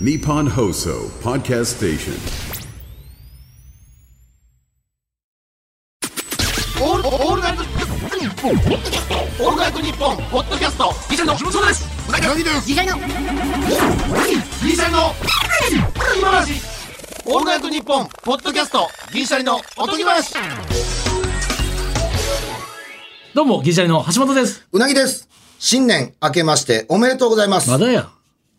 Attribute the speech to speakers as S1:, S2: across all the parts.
S1: Nippon Hoso Podcast Station.
S2: オールオールナイトニッポンオールナイトニッポンポッドキャストギシャリのそうです何ですギシャリのギシャリの今話オールナイトニッポンポッドキャストギシャリのおとぎ話
S3: どうも、ギリシャリの橋本です。
S4: うなぎです。新年明けましておめでとうございます。
S3: まだや。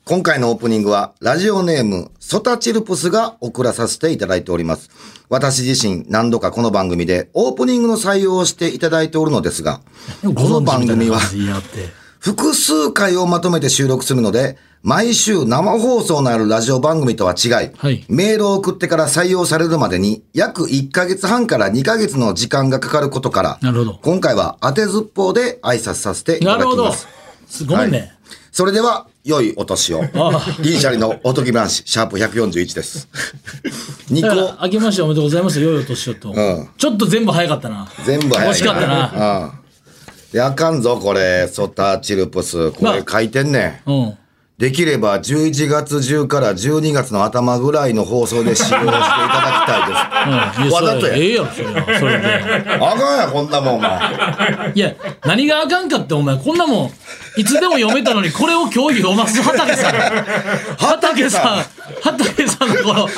S4: 今回のオープニングは、ラジオネーム、ソタチルプスが送らさせていただいております。私自身何度かこの番組でオープニングの採用をしていただいておるのですが、この番組は
S3: 言い合って。
S4: 複数回をまとめて収録するので、毎週生放送のあるラジオ番組とは違い、
S3: はい
S4: メールを送ってから採用されるまでに約1ヶ月半から2ヶ月の時間がかかることから、
S3: なるほど
S4: 今回は当てずっぽうで挨拶させてい
S3: な
S4: ただ
S3: るほ
S4: き
S3: ど
S4: ます。。
S3: すごいね。
S4: それでは、良いお年を。銀シャリのおとぎ話、シャープ141です。2
S3: だから
S4: 個、、
S3: 明けましておめでとうございますよ、良いお年をと。
S4: ん
S3: ちょっと全部早かったな。
S4: 全部早
S3: 惜
S4: い
S3: しかったな。
S4: な。うん。で、あかんぞ、これ。ソタチルプス。こ
S3: ま
S4: れ
S3: あ
S4: 書いてんねん。
S3: うん。
S4: できれば、11月中から12月の頭ぐらいの放送で使用していただきたいです。わざと
S3: ええ
S4: や。
S3: やろ、それは。それで。
S4: あかんや、こんなもん、お前。
S3: いや、何があかんかって、お前、こんなもん、いつでも読めたのに、これを今日読ます、畑 さん。畑さん、畑さんのこの、こ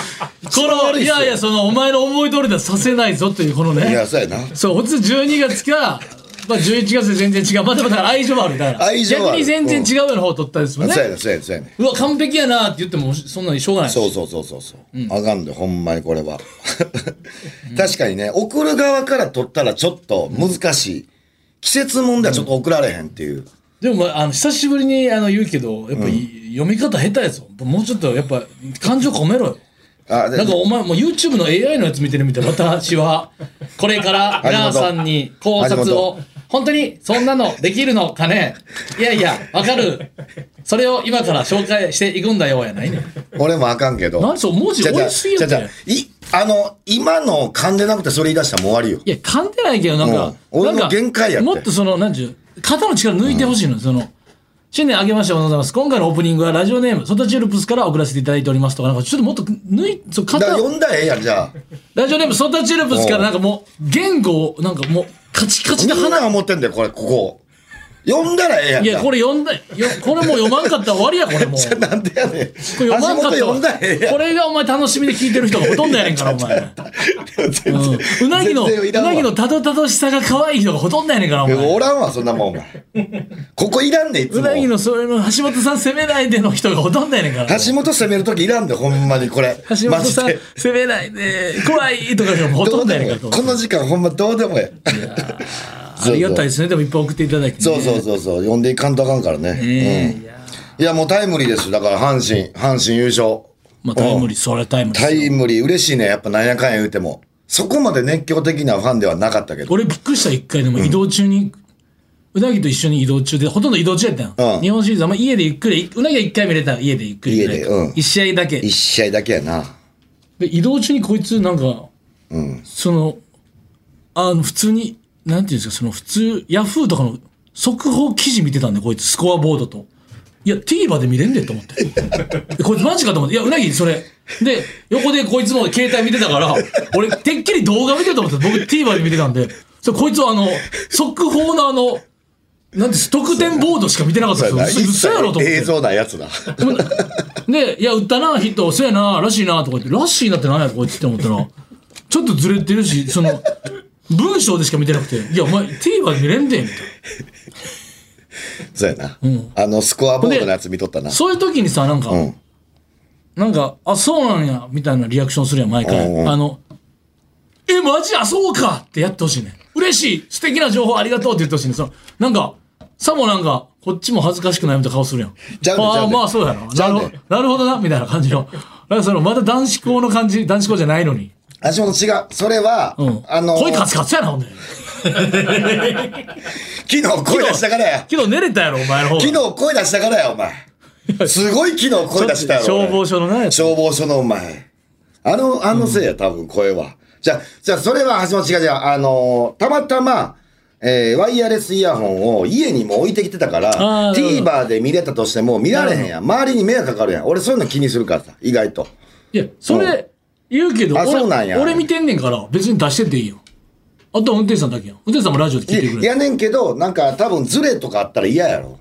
S3: の、
S4: 悪
S3: い
S4: いっすよ
S3: やいや、その、お前の思い通りではさせないぞという、このね。
S4: いや、そうやな。
S3: そう、普通12月 か、まあ11月で全然違う。まだまだ愛情はあるみたいな。
S4: 愛情はあ
S3: 逆
S4: る
S3: に全然違うような方を取ったんですもんね
S4: そう。やね、そうやね、そうやね。
S3: うわ、完璧やなって言っても、そんなにしょうがない。
S4: そうそうそうそうそう、あかんでほんまにこれは 確かにね送る側から取ったらちょっと難しい、季節もんではちょっと送られへんっていう、
S3: でも、まあ、あの、久しぶりにあの言うけど、やっぱ、読み方下手やぞ。もうちょっと、やっぱ、感情込めろよ。
S4: あで
S3: なんかお前もう YouTube の AI のやつ見てるみたいな私 はこれから
S4: 橋本
S3: 皆さんに考察を本当にそんなのできるのかねいやいやわかるそれを今から紹介していくんだよやないねん
S4: 俺もあかんけど
S3: 何そう文字
S4: ちゃち
S3: 多
S4: ゃ
S3: いすぎや
S4: ちゃちゃ
S3: ね
S4: いあの今の噛んでなくてそれ言い出したらもう終わりよ
S3: いや、噛んでないけど、なんか、
S4: うん俺
S3: な
S4: の
S3: んか
S4: 限界やって
S3: もっとその、なんちゅう、肩の力抜いてほしいのよ、その、新年あげましておめでとうございます。今回のオープニングはラジオネーム、ソタチュルプスから送らせていただいておりますとか、なんかちょっともっと抜い、そう、
S4: だか
S3: 肩
S4: ら
S3: を、
S4: 呼んだらええやんじゃあ
S3: ラジオネーム、ソタチュルプスからなんかもう、言語を、なんかもう、カチカチで
S4: みんな
S3: 鼻、
S4: が思ってんだよこれここ呼んだらええやん
S3: い
S4: じゃ
S3: や、これ読んだ、よこれもう読まんかったら終わりや、こ れもう。これ
S4: なんでやねん
S3: 読まんか
S4: 橋
S3: っ
S4: 本呼んだらえ
S3: たら。
S4: えや
S3: こ
S4: ん
S3: れがお前楽しみで聞いてる人がほとんどやねんから、お前。
S4: 全然
S3: うなぎの、
S4: 全然いうらんわ
S3: なぎのたどたどしさが可愛い人がほとんどやねんから、お前。
S4: おらんわそんなもん お前ここいらんねんいつ
S3: う
S4: も
S3: なぎのそれの橋本さん責めないでの人がほとんどやねんから。
S4: 橋本攻めるときいらんで、ほんまにこれ。
S3: 橋本さん
S4: マジで
S3: 責めないで、怖いとかがほ
S4: ど
S3: と
S4: うん
S3: ど
S4: で
S3: や
S4: も
S3: ね
S4: え
S3: ん
S4: え
S3: か
S4: こ
S3: ら。
S4: の時間ほんまどうでもええ。
S3: ありがたいですね。でもいっぱい送っていただいて、ね。
S4: そうそうそうそう、呼んでいかんとあかんからね。うんいや、もうタイムリーです。だから阪神、阪神優勝。
S3: まあタイムリ
S4: ー。
S3: ー、それはタイムリー
S4: タ
S3: ですよ。
S4: イムリー、嬉しいね。やっぱなんやかんや言うても。そこまで熱狂的なファンではなかったけど。
S3: 俺びっくりした一回でも移動中に、うなぎと一緒に移動中で、ほとんど移動中やったん、
S4: うん
S3: 日本シリーズはまあ家でゆっくり、うなぎは一回見れた家でゆっくりぐらい
S4: 家でうん
S3: 一試合だけ。
S4: 一試合だけやな。
S3: で移動中にこいつなんか、そのあの普通になんていうんですかその普通ヤフーとかの速報記事見てたんでこいつスコアボードといや TVer で見れんでと 思ってでこいつマジかと思っていやうなぎそれで横でこいつも携帯見てたから俺てっきり動画見てると思って僕 TVer で見てたんでそれこいつはあの速報のあのなんて得点ボードしか見てなかったんですよ嘘やろと思って
S4: 映像な やつだ。
S3: で、いや、打ったな、ヒット、そうやな、らしいな、とか言って、らしいなって何や、こいつって思ったら、ちょっとずれてるし、その、文章でしか見てなくて、いや、お前、TVer で見れんで、みたい
S4: そうやな。あの、スコアボードのやつ見とったな
S3: な。。そういう時にさ、なんか、
S4: うん
S3: なんか、あ、そうなんや、みたいなリアクションするやん、毎回。
S4: うんうん
S3: あの、え、マジあ、そうかってやってほしいね。嬉しい素敵な情報ありがとうって言ってほしいね。その、なんか、さもなんか、こっちも恥ずかしくないみたいな顔するやん。
S4: ちゃうねんち
S3: あ
S4: ゃう
S3: あ、
S4: ねん
S3: まあそうやな。
S4: ち
S3: な
S4: ゃう
S3: る
S4: ねん
S3: ほど、なるほどな、みたいな感じの。なんかその、また男子校の感じ、男子校じゃないのに。
S4: 橋本違う。それは
S3: うん。、
S4: あの、
S3: 声カ
S4: 昨
S3: ツカツやな、ほんで。
S4: 日声出したからや。
S3: 昨日寝れたやろ、お前の方が。
S4: 昨日声出したからや、お前。すごい昨日声出したやろ。
S3: 消防署のね。
S4: 消防署のお前。あの、あのせいや、多分声は。じゃあ、じゃあそれは橋本違うじゃあ、あのーたまたま、えーワイヤレスイヤホンを家にも置いてきてたか
S3: あ
S4: ら、
S3: ーなるほど
S4: TVer で見れたとしても見られへんやん。周りに迷惑かかるやん。俺そういうの気にするからさ、意外と。
S3: いや、それ、言うけど、
S4: あそうなん
S3: 俺、
S4: や
S3: 俺見てんねんから、別に出してっていいよ。あとは運転手さんだけやん。運転手さんもラジオで聞いてく
S4: い
S3: れる。
S4: やねんけど、なんか多分ズレとかあったら嫌やろ。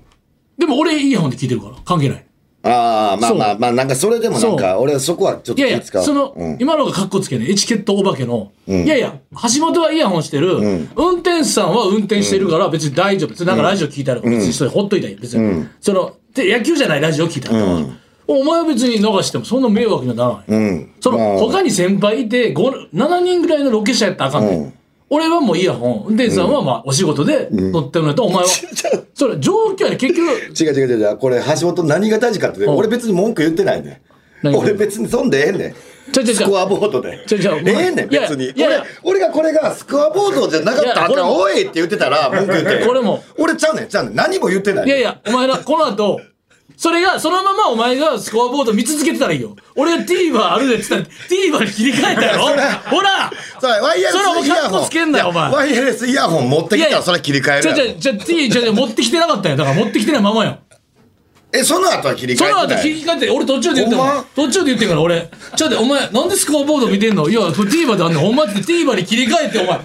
S3: でも俺、イヤホンで聞いてるから、関係ない。
S4: ああ、まあ
S3: そう
S4: まあまあ、なんかそれでもなん
S3: そ
S4: か、俺はそこはちょっ
S3: い
S4: と
S3: やい
S4: 気
S3: や、
S4: 使う。
S3: その、
S4: うん
S3: 今のがかっこつけね、エチケットお化けの、いやいや、橋本はイヤホンしてる、運転手さんは運転してるから別に大丈夫。別になんかラジオ聞いたら、別にそれほっといたらいい。別に、そので、野球じゃないラジオ聞いたら、お前は別に逃してもそんな迷惑にはならない。
S4: うん。
S3: その、
S4: まあ
S3: 他に先輩いて、5 7人ぐらいのロケ者やったらあかんねん。
S4: うん
S3: 俺はもうイヤホン、運転手さんはまあお仕事で乗ってもらうと、お前は。それ、状況やね結局、
S4: 違う違う違う違う、これ橋本何が大事かって、
S3: ん
S4: 俺別に文句言ってないねん。
S3: 何が
S4: 俺別にそんでええねん。
S3: ちょちょち
S4: ス
S3: ょ
S4: コアボードで。
S3: ちょちょお
S4: え
S3: 前
S4: えねん、
S3: いや
S4: 別に。
S3: いやいや
S4: 俺、俺がこれがスコアボードじゃなかったらあ
S3: いやこれ
S4: かん、
S3: も
S4: おいって言ってたら文句言ってん。
S3: これも
S4: 俺ちゃうねん、ちゃうねん。何も言ってない。
S3: いやいや、お前ら、この後、それが、そのままお前がスコアボード見続けてたらいいよ。俺が TVer あるでって言ったら、TVer に切り替えたやろ
S4: それ
S3: ほら
S4: それワイヤ
S3: そ
S4: レス
S3: れお前
S4: イヤ
S3: カッ
S4: ホ
S3: コ
S4: ン。
S3: つけんなよお前
S4: いやワイヤレスイヤホン持ってきたらそれ切り替える
S3: ち
S4: や
S3: ょ
S4: ろ
S3: ちょ、ちょ、T、ちょちょ、持ってきてなかったよ。だから持ってきてないままよ。
S4: え、その後は切り替え
S3: そ
S4: て
S3: の
S4: ない。
S3: 後切り替えて、俺途中で言ってん
S4: ほんま
S3: の。途中で言ってんから、俺。ちょっとお前、なんでスコアボード見てんのいや、これ TVer であんねん。ほんまって TVer に切り替えて、お前。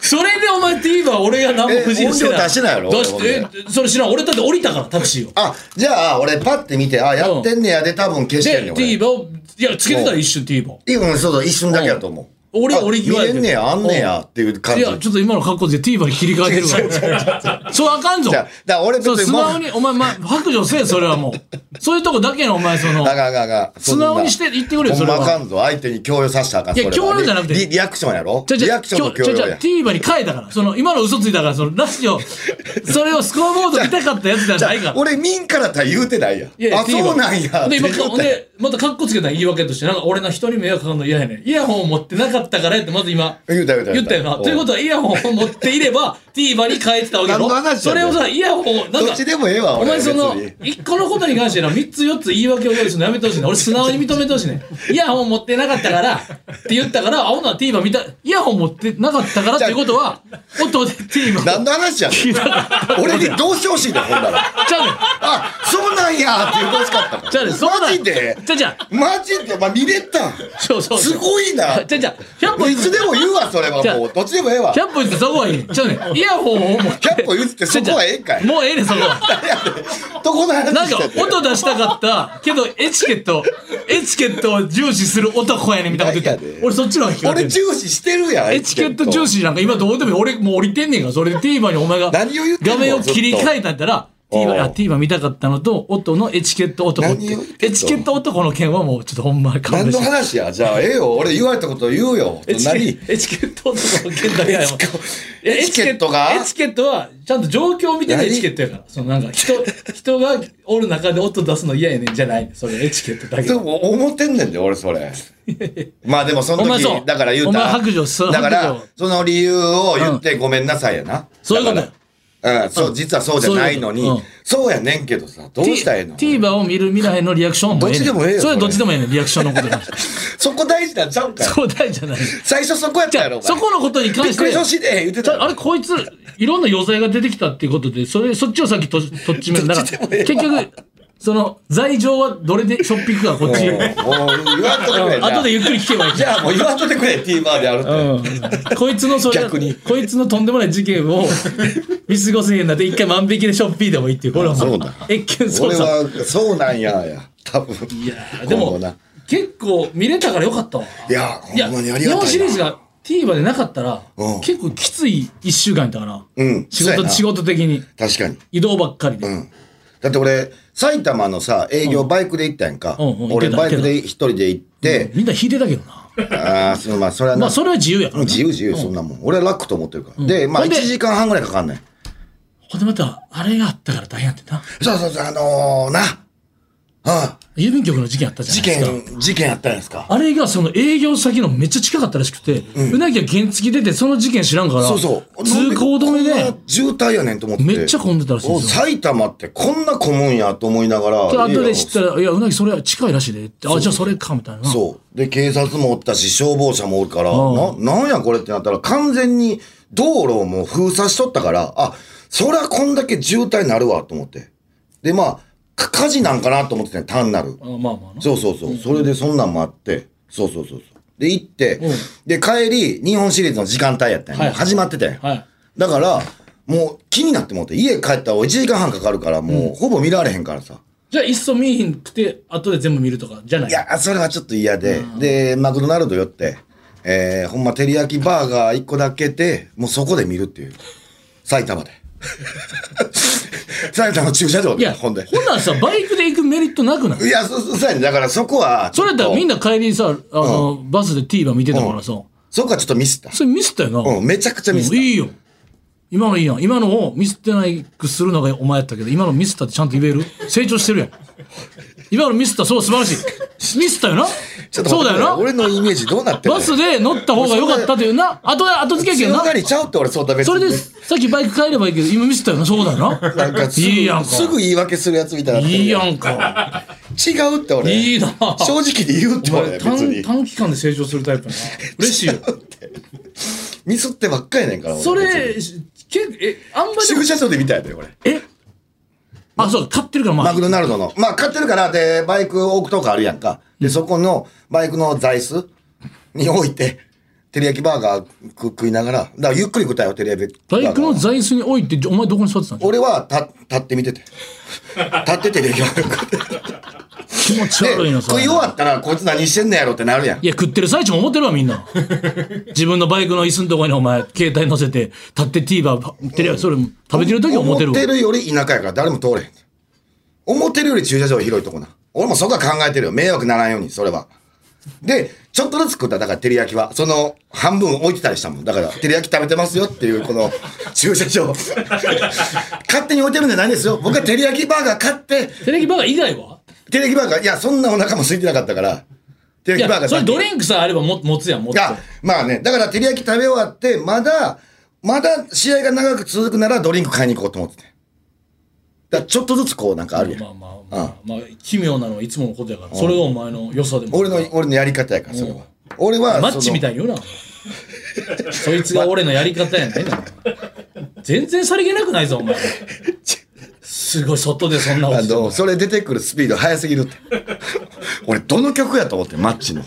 S3: それでお前 TVer 俺が何も不自由して
S4: え音
S3: な
S4: 量
S3: い。
S4: 出してないやろ
S3: 出して、え、それ知らん。俺だって降りたから、タクシーを。
S4: あ、じゃあ、俺パッて見て、あ、やってんねやで、多分消してん
S3: で、
S4: ねん。俺
S3: TVer を、いや、つけてたら一瞬 TVer。
S4: うん、そうそう、一瞬だけやと思う。
S3: 俺
S4: あ
S3: 俺
S4: 見れんねや、あんねやっていう感
S3: い
S4: じ。
S3: や、ちょっと今の格好で TVer に切り替えて るから。そうあかんぞ。
S4: じゃあだから俺別
S3: そう
S4: に
S3: 素直に、お前、ま、白状せえ、それはもう。そういうとこだけの、お前、その。
S4: あかんあかんあかんそんな
S3: 素直にして言ってくれよ
S4: ほ
S3: そ
S4: ん
S3: れ
S4: ま
S3: は
S4: あかんぞ。相手に強要させたらあかん。
S3: いや
S4: それは
S3: 強要じゃなくて
S4: リリリアクションやろ
S3: ちょちょ
S4: リアクションの強
S3: ちょ
S4: 要
S3: ちょ
S4: や。
S3: TVer に変えたから。その、今の嘘ついたから、その、ラジオ、それをスコアボード見たかったやつじゃ
S4: じゃ
S3: ないから。
S4: 俺、民からたら言うてないやん。
S3: いやいや
S4: あ、そうなんや。
S3: で、今、
S4: って言う
S3: ほん
S4: て
S3: で、またカッコつけた言い訳として、なんか俺の人に迷惑かかるの嫌やねん。イヤホン持ってなかったからやって、まず今。
S4: 言うた言うた
S3: 言ったよな。ということは、イヤホンを持っていれば、TVer に変えてたわけやろ
S4: 何の話や
S3: そ
S4: ね
S3: れ
S4: ん
S3: をさ、イヤホンを、なんか。
S4: どっちでもええわ、
S3: お
S4: 俺。
S3: 前その
S4: 別に
S3: 一個のことに関しての3つ4つ言い訳を用意するのやめてほしいね俺素直に認めてほしいねイヤホン持ってなかったからって言ったから青のは TVer 見たイヤホン持ってなかったからっていうことは音で TVer
S4: 何の話やね
S3: 聞いたか
S4: ん。俺にどうしてほしいんだ、ほんなら。
S3: ちゃうねん
S4: あ、そうなんやって言うてほしかったから。
S3: ちゃうねんそうなん
S4: マジで
S3: ちゃうちゃ
S4: マジで、まあ、見れたん。
S3: うそうそう
S4: すごいな。
S3: ちゃうちゃう100歩
S4: いつでも言うわ、それは
S3: じゃあ
S4: もう。どっちでもええわ。
S3: 100歩言ってそこはいいねんちゃうねん イヤホンを持って
S4: 100歩言ってそこはええんか
S3: ち
S4: い
S3: ゃうちゃうもうええねんそこ は
S4: どこの
S3: な
S4: 話
S3: んか
S4: してんの
S3: 音出したかったけどエチケットエチケットを重視する男やねんみたいなこと言っ
S4: 何やね
S3: て
S4: ん
S3: 俺そっちの方が聞かれて
S4: 俺
S3: る
S4: 重視してるやん。
S3: エチケット重視なんか今どうでもいい。俺もう降りてんねんから、それで TVer にお前が
S4: 何を言ってんの
S3: 画面を切り替えたったら、
S4: ずっと
S3: TVer、あ
S4: おう
S3: TVer 見たかったのと、音のエチケット男って
S4: 何を言っ。てんの
S3: エチケット男の件はもうちょっとほんま勘
S4: 何
S3: 弁
S4: の
S3: して。
S4: 話やじゃあええよ俺言われたこと言うよ
S3: エチケ
S4: 何
S3: エチケット男の件だけはもういや
S4: エチケットが
S3: エチケットは、ちゃんと状況を見てのエチケットやから。そのなんか 人、人がおる中で音出すの嫌やねんじゃないねんそれエチケットだけ
S4: で。も思ってんねんで俺 それまあでもその
S3: お前そう
S4: 時だから言う
S3: お
S4: た
S3: 前
S4: ら
S3: 白状そう
S4: だから
S3: 白
S4: その理由を言ってごめんなさいやな
S3: そういうこと
S4: だからうんそう実はそうじゃないのに
S3: そういうこと
S4: そうやねんけどさどう
S3: T-
S4: したらええの
S3: TVer を見る見らへんのリアクションはもうええねん
S4: どっちでもええよ
S3: それは
S4: それ
S3: どっちでもええねんリアクションの ことだ
S4: そこ大事なんちゃうんかい
S3: そうだじゃない。
S4: 最初そこやったやろお前
S3: そこのことに
S4: び
S3: 関
S4: っ
S3: して
S4: くりしてほしいで言っ
S3: ち
S4: てた
S3: ょあれこいついろんな余罪が出てきたっていうことでそれそっちをさっきととっちめんだから結局その罪状はどれでしょっぴくかこっち
S4: もう言わんとてくれじゃあ
S3: 後でゆっくり聞けばいい
S4: じ ゃあもう言わんとてくれ TVer であるって
S3: うんこいつのそれ
S4: 逆に
S3: こいつのとんでもない事件 を見過ごせへんなって一回万引きでしょっぴいでもいいっていうこれはも
S4: そうだ
S3: 越見捜
S4: 俺
S3: 査
S4: はそうなんやや多分
S3: いやーで
S4: 今
S3: も
S4: 後な
S3: 結構見れたからよかったわ
S4: いや
S3: いや
S4: ほんまにありがたい
S3: 日
S4: な
S3: 本シリーズが TVer でなかったら
S4: うん
S3: 結構きつい1週間やったかな、
S4: うん
S3: 仕
S4: そうや
S3: 事
S4: な
S3: 仕事的に
S4: 確かに
S3: 移動ばっかりで、
S4: うんだって俺埼玉のさ営業バイクで行ったやんか、
S3: うんうんうん行
S4: 俺
S3: ってた
S4: バイクで一人で行って、
S3: みんな引いてたけどな
S4: ああそのまあそれはな、
S3: まあそれは自由やからな
S4: 自由自由そんなもん、俺は楽と思ってるから、でまあ
S3: ほん
S4: 1
S3: で
S4: 時間半ぐらいかかんねん
S3: ほんでまたあれがあったから大変やってな
S4: そうそうそうあのー、なうん
S3: 郵便局の事件あったじゃな
S4: 事
S3: いですか
S4: 件事件あったんですか
S3: あれがその営業先のめっちゃ近かったらしくて、うなぎが原付き出てその事件知らんから
S4: そうそう
S3: 通行止め
S4: なん
S3: で
S4: こんな渋滞やねんと思って
S3: めっちゃ混んでたらしいん
S4: お
S3: ですよ
S4: 埼玉ってこんな混むんやと思いながら
S3: で後で知
S4: た
S3: ったら「いやうなぎそれ近いらしいで」って「あじゃあそれか」みたいな
S4: そう。で、警察もおったし、消防車もおるから、
S3: う
S4: な、なんやこれってなったら、完全に道路をもう封鎖しとったから、あ、そりゃこんだけ渋滞になるわと思って。で、まあ、か火事なんかなと思ってたね、単なる。
S3: あまあまあな。
S4: そうそうそう。それでそんなんもあって、そうそうそうそう。で、行って
S3: うん、
S4: で、帰り、日本シリーズの時間帯やったんや。
S3: はい
S4: もう始まってたんや。
S3: はい。
S4: だから、もう気になってもって、家帰ったら1時間半かかるから、もうほぼ見られへんからさ。
S3: じゃあ、いっそ見えへんくて、後で全部見るとか、じゃないい。
S4: や、それはちょっと嫌で、で、マクドナルド寄って、えー、ほんま照り焼きバーガー1個だけで、もうそこで見るっていう。埼玉 で。埼玉の駐車場
S3: い
S4: で、
S3: や、
S4: ほんで。
S3: ほんならさ、バイクで行くメリットなくない
S4: いや、そ、そ、そうやね。だからそこは、
S3: それやったらみん
S4: な、
S3: な帰りさ、あの、バスで TVer 見てたからさ、
S4: そこはちょっとミスった。
S3: それミスったよな。
S4: うん、めちゃくちゃミスっ
S3: うんいいよ。今のいいやん。今のをミスってないくするのがお前やったけど、今のミスったってちゃんと言える成長してるやん。今のミスった、そう、素晴らしい。ミスったよな。
S4: た。ちょっと
S3: そう
S4: 待
S3: だ
S4: ってくれ
S3: よな。
S4: 俺のイメージどうなってんの
S3: バスで乗った方が良かったというな。後で、後付けやけ
S4: 強
S3: ど
S4: が
S3: な。
S4: りちゃうって俺、そうだ別
S3: そ
S4: に
S3: れで、さっきバイク帰ればいいけど、今ミスったよな。そうだよな。
S4: なんかすぐ
S3: いいやんか。
S4: すぐ言い訳するやつみたいになってる
S3: いいやんか。
S4: 違うって俺。
S3: いいな
S4: 正直で言うって
S3: お前
S4: 俺、別
S3: 短
S4: に。
S3: 短期間で成長するタイプやな。嬉しいよ。
S4: ミスってばっかりやねんから。俺
S3: そ、
S4: 別
S3: れ、
S4: に
S3: けえ、あんま
S4: 駐車場で見たやで、俺。
S3: り。えあ、そう、買ってるから、ま
S4: マ
S3: あ
S4: ク。ドナルドの。まあ、買ってるから、で、バイク置くとこあるやんか。で、そこの、バイクの座椅子に置いて、照り焼きバーガー食食いながら、だからゆっくり食ったよ、照り焼きバ
S3: バ
S4: ーガー。
S3: イクの座椅子に置いて、お前どこに座ってたん
S4: 俺は立立って見てて。立って照り焼きバーガー食って。
S3: 気持ち
S4: で
S3: 悪いな、そ
S4: 食
S3: れ
S4: い終わったら、こいつ何してんのやろってなるやん
S3: い。や、食ってる最中も思ってるわ、みんな。自分のバイクの椅子のとこにお前、携帯乗せて、立って TVer、テレビ、それも食べてる時も思ってるわ。
S4: より田舎やから誰も通れへん。思ってるより駐車場広いとこな。俺もそこは考えてるよ。迷惑ならんように、それは。で、ちょっとずつ食った、だから照り焼きは。その、半分置いてたりしたもん。だから、照り焼き食べてますよっていう、この、駐車場。 勝手に置いてるんじゃないんですよ。僕は照り焼きバーガー買って、
S3: テレビバーガー以外は
S4: 照り焼きバーガー、いや、そんなお腹も空いてなかったから、照
S3: い
S4: り焼きバーガ
S3: や、
S4: ー
S3: それ
S4: 買って
S3: ドリンクさえあればも持つやん、持つ。
S4: あまあね、だから照り焼き食べ終わって、まだ、まだ試合が長く続くならドリンク買いに行こうと思ってて。だからちょっとずつこうなんかあるやん。
S3: まあまあまあ、まあ、奇妙なのはいつものことやから、それがお前の良さでも。
S4: 俺の、俺のやり方やから、それは。俺は、
S3: マッチみた
S4: い。
S3: いに言うな。そいつが俺のやり方やないな。全然さりげなくないぞ、お 前。すごい、外でそんなこと
S4: あ
S3: して
S4: の、それ出てくるスピード速すぎるって。俺、どの曲やと思ってん、マ ッチの。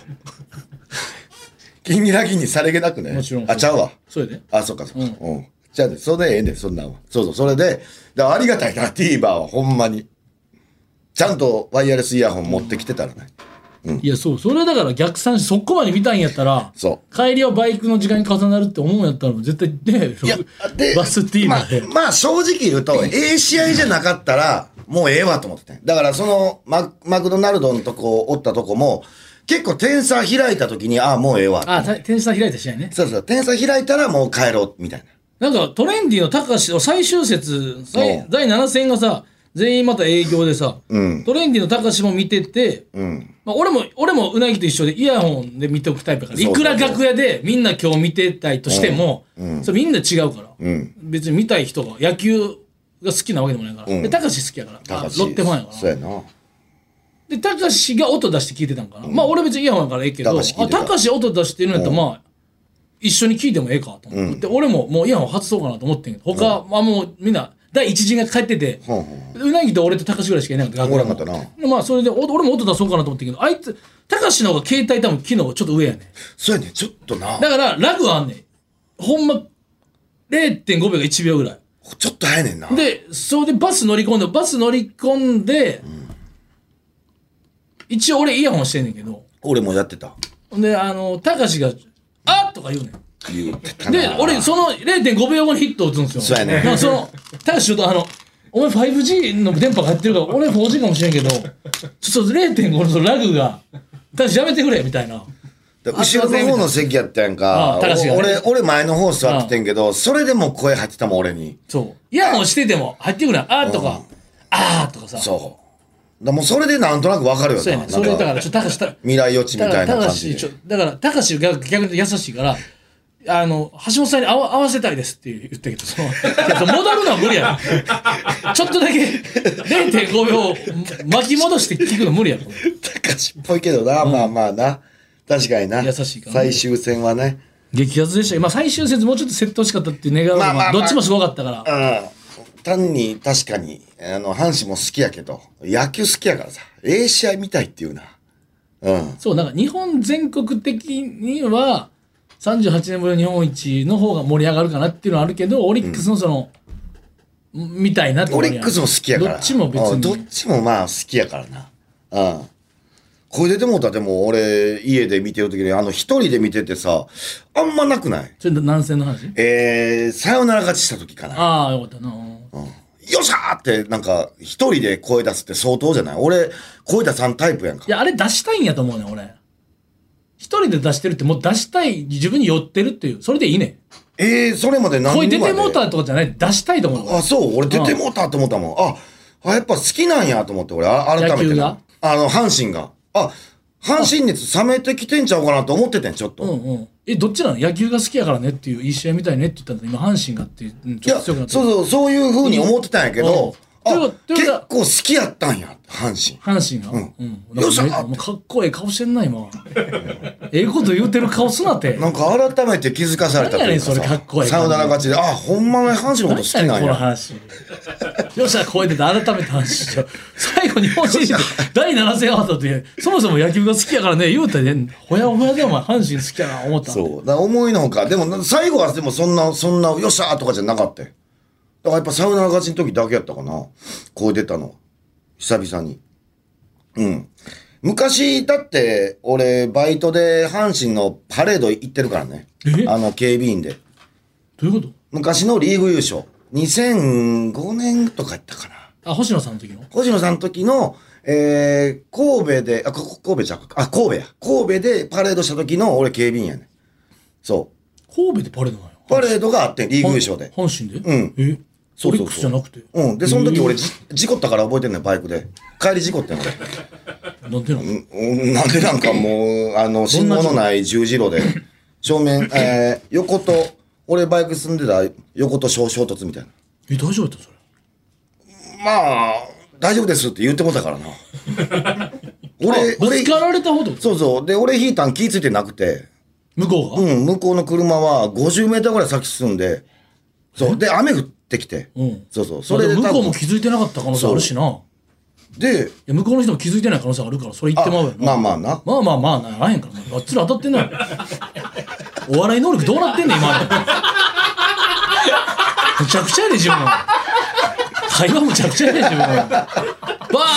S4: 金ギラギにされげなくね。
S3: もちろん
S4: あ、ちゃうわ。
S3: それで。
S4: あ、そうか、そうか。うん。じゃあね、それでええねんそんなんは。そうそう、それで、だからありがたいな、TVer は、ほんまに。ちゃんとワイヤレスイヤホン持ってきてたらね。
S3: いや、そう、それはだから逆算して、そこまで見たいんやったら、
S4: そ
S3: 帰りはバイクの時間に重なるって思うんやったら、絶対ね、
S4: いや、で、
S3: バスティー
S4: ま
S3: マ
S4: あ
S3: で。、
S4: まあ正直言うと、ええ試合じゃなかったら、もうええわと思ってて。だからそのマ、マクドナルドのとこ、おったとこも、結構点差開いた時に、ああ、もうええわ。
S3: あ、た店主さん開いた試合ね。
S4: そうそう、点差開いたらもう帰ろう、みたいな。
S3: なんかトレンディの高橋の最終節、
S4: う
S3: 最
S4: ん
S3: 第7戦がさ、全員また営業でさ、
S4: うん
S3: トレンディの高橋も見てて、
S4: うん。
S3: まあ、俺も、俺もうなぎと一緒でイヤホンで見ておくタイプだから、
S4: そ
S3: いう
S4: そ
S3: く
S4: うそう
S3: ら楽屋でみんな今日見てたいとしても、それみんな違うから、
S4: ん
S3: 別に見たい人が、野球が好きなわけでもないから、
S4: うん
S3: で、高橋好きやから、まあロッテファンやから。
S4: そうやな。
S3: で、たかしが音出して聞いてたんかな。まあ、俺別にイヤホンやからええけど、
S4: 高橋聞い
S3: あ
S4: てた
S3: たかし音出してるんやったら、まあ、一緒に聞いてもええかと思って、で俺ももうイヤホン外そうかなと思ってんけど、他、まあもうみんな、第一陣が帰ってて、
S4: ほんほん。
S3: うなぎと俺とたかしぐらいしかいなかった、学校
S4: おらんかっ
S3: まあ、それで、お俺も音出そうかなと思ってんけど、あいつ、たかしの方が携帯多分機能ちょっと上やねん。
S4: そうやね、ちょっとな。
S3: だから、ラグあんねん。ほんま、0.5秒か1秒ぐらい。
S4: ちょっと早いねんな。
S3: で、それでバス乗り込んで、バス乗り込んで、一応俺イヤホンしてんねんけど、
S4: 俺もやってた。
S3: で、あの、たかしが、あっとか言うねん。
S4: 言うてたな
S3: で、俺、その0.5秒後にヒット打つんですよ。
S4: そうやね
S3: だからその、たかしちょっとあの、お前 5G の電波が入ってるから、俺 4G かもしれんけど、ちょっと0.5のそのラグが、たかしやめてくれ、みたいな。
S4: だから後ろの方の席やったやんか。
S3: あ高橋がね
S4: お俺、俺前の方座っててんけど、それでも声入ってたもん、俺に。
S3: そう。イヤホンしてても、入ってくれ、あーとか、あーとかさ。そう
S4: そう。だもうそれでなんとなくわかるよ
S3: や
S4: な。
S3: ねん。それだか
S4: なん
S3: ら、ちょっとたかし、た
S4: 未来予知み
S3: だか
S4: た
S3: ら、
S4: いな
S3: た
S4: 感
S3: か
S4: じ
S3: し、ちょ
S4: で。、
S3: だから、たかしが逆に優しいから、あの、橋本さんに合わ合わせたいですって言ったけど、その、いやその戻るのは無理やろ。ちょっとだけ0.5秒巻き戻して聞くの無理やろ。
S4: たかしっぽいけどな、まあまあな。確かにな。
S3: 優しいから
S4: 最終戦はね。
S3: 激アツでした。まあ最終節もうちょっと競ってほしかったっていう願いは、
S4: まあまあまあ
S3: どっちもすごかったから。
S4: うん単に確かに、あの、阪神も好きやけど、野球好きやからさ、ええ試合見たいっていうな。うん。
S3: そう、なんか日本全国的には、38年ぶりの日本一の方が盛り上がるかなっていうのはあるけど、オリックスのその、みたいなって
S4: オリックスも好きやから。
S3: どっちも別
S4: うん
S3: に。
S4: どっちもまあ好きやからな。うん。これででもだ、でも俺、家で見てるときに、あの、一人で見ててさ、あんまなくない
S3: ちょっと南戦の話
S4: えー、サヨナラ勝ちしたときかな。
S3: ああ、よかったな。
S4: よっしゃーって、なんか、一人で声出すって相当じゃない俺、声出さんタイプやんか
S3: い。や、あれ出したいんやと思うねん、俺。一人で出してるって、もう出したい、自分に寄ってるっていう、それでいいねん。
S4: ええー、それまで何
S3: 声出
S4: 人ま
S3: て
S4: で
S3: もうたとかじゃない、出したいと思うの
S4: あ、そう、俺出てもうたと思ったもん。あ、あやっぱ好きなんやと思って、俺、あ改めて。
S3: 野球が
S4: あの、阪神が。あ、阪神熱冷めてきてんちゃうかなと思っててん、ちょっと。
S3: う
S4: い
S3: んうん。え、どっちなの野球が好きやからねっていう、いい試合みたいねって言ったんだけど今、阪神がっていう、うんちょっ
S4: や、
S3: と
S4: そ
S3: 強く
S4: う
S3: なってる。
S4: そう、そういう風に思ってたんやけ
S3: う
S4: ど、
S3: ん
S4: あ、
S3: ということとい
S4: 結
S3: うこと
S4: 構好きやったんや、阪神。
S3: 阪神が。うん。
S4: よっしゃ
S3: なんかめもうかっこええ顔してんな、今。 ええこと言うてる顔すな って。
S4: なんか改めて気づかされたというか
S3: 何やねんそれかっこええ
S4: サヨナラ勝ちで、あ、ほんまの阪神のこと好き
S3: 何やねん
S4: なん
S3: この
S4: や。
S3: 話。よっしゃ、声出て改めて話しちゃう。最後、日本シリーズ第7戦あったって、そもそも野球が好きやからね、言うたらね、ほやほやでお前、阪神好きやな、思った。
S4: そう。だから思いのほか、でもな最後はでもそんな、そんな、よっしゃーとかじゃなかったよだからやっぱサウナ勝ちの時だけやったかな。こう出たの。久々に。うん。昔、だって、俺、バイトで阪神のパレード行ってるからね
S3: え。
S4: あの、警備員で。
S3: どういうこ
S4: 昔のリーグ優勝。2005年とかやったかな。
S3: とあ、星野さんの時の
S4: 星野さんの時の、えー、神戸で、あ、ここ神戸じゃんあ、神戸や。神戸でパレードした時の俺警備員やねん。そう。
S3: 神戸でパレードなんや。
S4: パレードがあってん、リーグ優勝で。
S3: 阪神で
S4: うん
S3: え
S4: そ
S3: オ
S4: うそ
S3: リッ
S4: うそう
S3: クスじゃなくて。
S4: うん。で、その時
S3: えー
S4: 俺じ、事故ったから覚えてんのよ、バイクで。帰り事故ってんの
S3: なんでなの
S4: 俺。うんなんでなんかもう、あの、信号のない十字路で、正面、えー、横と、俺バイク住んでた横と衝衝突みたいな。
S3: え、大丈夫だったそれ。
S4: まあ、大丈夫ですって言ってもたからな。 俺、
S3: ぶ
S4: 俺
S3: つ、かられたほど
S4: そうそう。で、俺引いたん気ぃついてなくて、
S3: 向こうが
S4: うん、向こうの車は50メーターぐらい先進んで、そう。で、雨降ってきて、
S3: うん
S4: そうそう。そ
S3: そ
S4: れ
S3: れ
S4: で
S3: 向こ
S4: 多
S3: う
S4: 分
S3: も、気づいてなかった可能性あるしない
S4: で、
S3: や向こうの人も気づいてない可能性あるからそれ言ってまうよな
S4: まあまあな。
S3: まあまあまあならへんからなあっちら当たってんなよお笑い能力どうなってんねん今のむちゃくちゃやで自分は会話むちゃくちゃやで自分はバー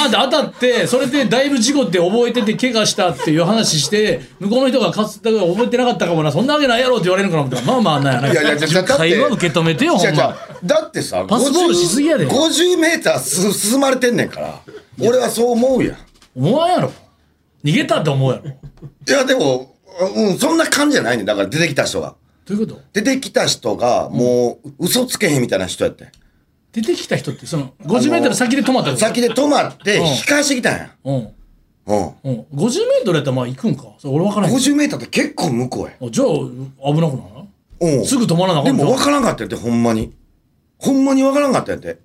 S3: ンって当たってそれでだいぶ事故って覚えてて怪我したっていう話して向こうの人がかつだから覚えてなかったかもなそんなわけないやろって言われるからみたいなまあまあなんやない
S4: やいや、じゃじゃだって。
S3: 会話受け止めてよ
S4: じ
S3: ほ
S4: ゃ
S3: ん
S4: じ
S3: ま
S4: ゃだってさ、
S3: パスボールしすぎやで
S4: 50メーターす進まれてんねんから。俺はそう思うやん。
S3: 思わんやろ逃げたって思うやろ
S4: いや、でも、うん、そんな感じじゃないねん。だから出てきた人が。
S3: どういうこと
S4: 出てきた人が、もう、嘘つけへんみたいな人やってん。
S3: 出てきた人ってその 50m 先で止まった
S4: 先で止まって、
S3: うん
S4: 引き返してきたんや。
S3: うん
S4: う
S3: う
S4: ん。
S3: ん、50m やったらまあ行くんかそれ俺分からへんあじ
S4: 50メーターって結構向こうや。
S3: ゃあ危なくない
S4: うん。
S3: すぐ止まらなあか
S4: で
S3: ん
S4: も分
S3: じゃん
S4: からんかったんやって、ほんまに。ほんまに分からんかったんやって。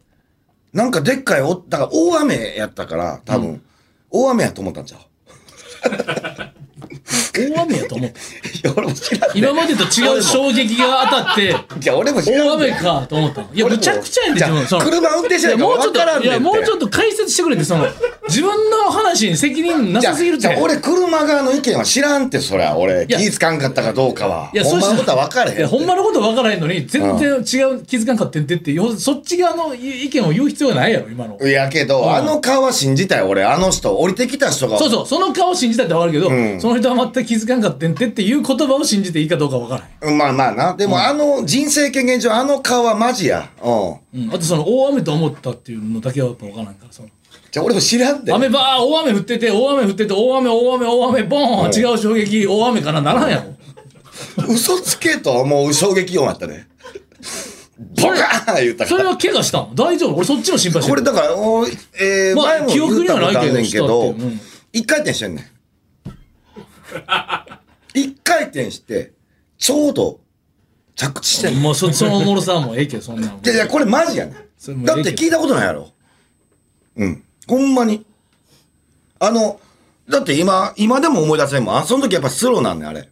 S4: なんかでっかいお、だから大雨やったから、多分、大雨やと思ったんちゃう。
S3: 大雨やと思って
S4: いや、俺も知らん。
S3: 今までと違う衝撃が当たって
S4: じゃあ俺も知らん。
S3: 大雨かと思ったいや
S4: 俺も
S3: むちゃくちゃやんで
S4: じゃあ
S3: 自分その
S4: 車運転してないから
S3: いやもうちょっ
S4: わからん
S3: と
S4: ねん
S3: いやもうちょ
S4: っ
S3: っと解説してくれってその自分の話に責任な
S4: じゃ
S3: さ
S4: あ、
S3: すぎるって
S4: じゃあ俺車側の意見は知らんって、そりゃ、俺、気
S3: や
S4: ぃつかんかったかどうかは。ほんま
S3: し
S4: の
S3: た
S4: ことは分からへんっ
S3: い
S4: て。
S3: や、ほんまのことは分からへんのに、全然違う、気づかんかってんてって、よそっち側の意意見を言う必要がないやろ、今の。
S4: いやけど、あの顔は信じたよ、俺。あの人、降りてきた人が。
S3: そうそう、その顔信じたって分かるけど、
S4: ん
S3: その人は全く気づかんかってんてっていう言葉を信じていいかどうか分からへん。
S4: うん。まあまあな。でも、あの、人生経験上、あの顔はマジや。うん。
S3: うん、あとその大雨と思ったっていうのだけはやっぱ分からんから、その。
S4: じゃあ、俺も知らんで。
S3: 雨ばー、大雨降ってて、大雨降ってて、大雨、大雨、大雨、ボーン違う衝撃、大雨かな、ならんやろ。
S4: 嘘つけとはもう衝撃音あったね。ボカーン言ったか
S3: それ
S4: ら。
S3: は怪我したん大丈夫俺そっちの心配して
S4: これ
S3: る。
S4: だから、おいえー
S3: まあ
S4: 前も
S3: 記憶
S4: 言っ
S3: に
S4: た
S3: は
S4: こ
S3: ないけど
S4: とあんねんけ
S3: した
S4: ど
S3: っていううん、
S4: 一回転してんねん。一回転して、ちょうど着地してんねん。
S3: もうそそのおもろさはもうええけど、そんなんもう
S4: いやいや、これマジやね
S3: それ
S4: ん。
S3: もう
S4: だ
S3: ええ
S4: っ
S3: けど
S4: て聞いたことないやろ。うん。ほんまに。あの、だって今、今でも思い出せんもん。あ、その時やっぱスローなんねん、あれ。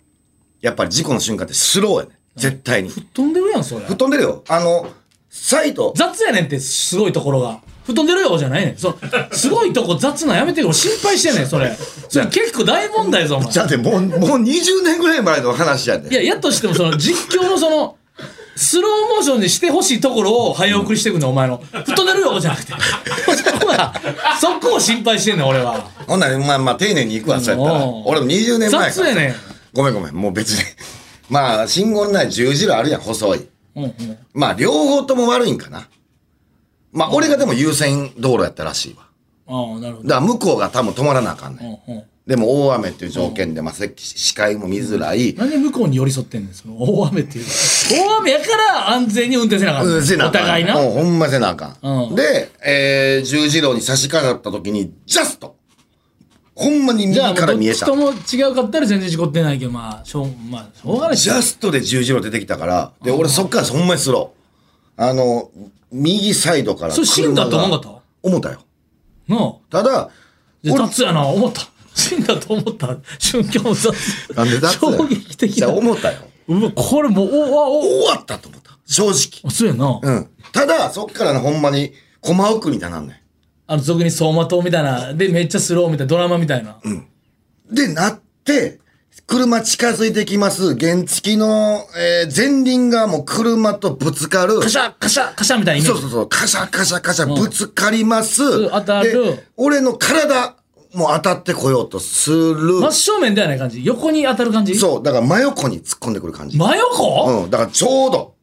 S4: やっぱり事故の瞬間ってスローやね。絶対に。
S3: 飛んでるやん、それ。
S4: 吹っ飛んでるよ。あの、サイト、
S3: 雑やねんって、すごいところが。吹っ飛んでるよじゃないねん。そう、すごいとこ雑なやめてよ。心配してんねん、それ。それ結構大問題ぞ、お前。
S4: だってもう、もう20年ぐらい前の話やで。
S3: いや、やっとしても、そ の、実況のその、スローモーションにしてほしいところを早送りしてくんの、お前の。吹っ飛んでるよじゃなくて。 そこは、そこを心配してんねん、俺は。
S4: ほんなら、まあまあ、丁寧に行くわ、そうやったら。
S3: うん
S4: 俺も20年前から。
S3: 雑やねん。
S4: ごめんごめん、もう別に。 まあ、信号のない十字路あるやん、細い。
S3: うんうん。
S4: まあ、両方とも悪いんかな。まあ、俺がでも優先道路やったらしいわ。
S3: ああ、なるほど。
S4: だから、向こうが多分止まらなあかんねん。
S3: うんうん。
S4: でも、大雨っていう条件で、まあ、せ視界も見づらい。
S3: なんで向こうに寄り添ってんねん、その、大雨っていう。大雨やから安全に運転せなあかっ
S4: うん、せな
S3: た。
S4: あ
S3: お
S4: か
S3: 互
S4: ん
S3: いな。
S4: うんほんませなあかん。
S3: うん
S4: で、えー、十字路に差し掛かった時に、ジャストほんまに右
S3: じゃあ、
S4: から見えた。
S3: 人も違うかったら全然事故ってないけど、まあ、しょう、まあ、しょうがない
S4: ジャストで十字路出てきたから、で、俺そっからほんまにスロー。あの、右サイドから
S3: それ死んだと思わなかった
S4: 思ったよ。
S3: なあ。
S4: ただ、
S3: で
S4: 俺
S3: 雑やな、思った。死んだと思った。瞬間も雑。
S4: なんでだって。
S3: 衝撃的
S4: じゃ
S3: だ
S4: あ。思ったよ。
S3: うわ、これもう、お、わ、お、
S4: 終わったと思った。正直。
S3: あそうやな。
S4: うん。ただ、そっからね、ほんまに、駒送りみたいになんね
S3: あの、俗に走馬灯みたいな。で、めっちゃスローみたいな、ドラマみたいな。
S4: ん。で、なって、車近づいてきます。原付きの、えー前輪がもう車とぶつかる。
S3: カシャ、カシャ、カシャみたいなイメー
S4: そう
S3: ジ。
S4: そうそう、カシャカシャカシャぶつかります。
S3: ん当たる
S4: で俺の体も当たってこようとする。
S3: 真正面ではない感じ。横に当たる感じ。
S4: そう、だから真横に突っ込んでくる感じ。
S3: 真横、
S4: うん、だからちょうど、